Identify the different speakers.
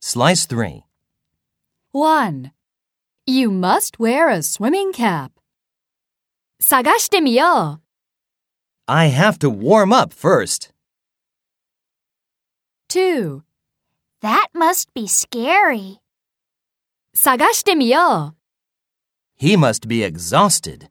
Speaker 1: Slice 3.
Speaker 2: 1. You must wear a swimming cap. 探してみよう.
Speaker 1: I have to warm up first.
Speaker 2: 2.
Speaker 3: That must be scary.
Speaker 2: 探してみよう.
Speaker 1: He must be exhausted.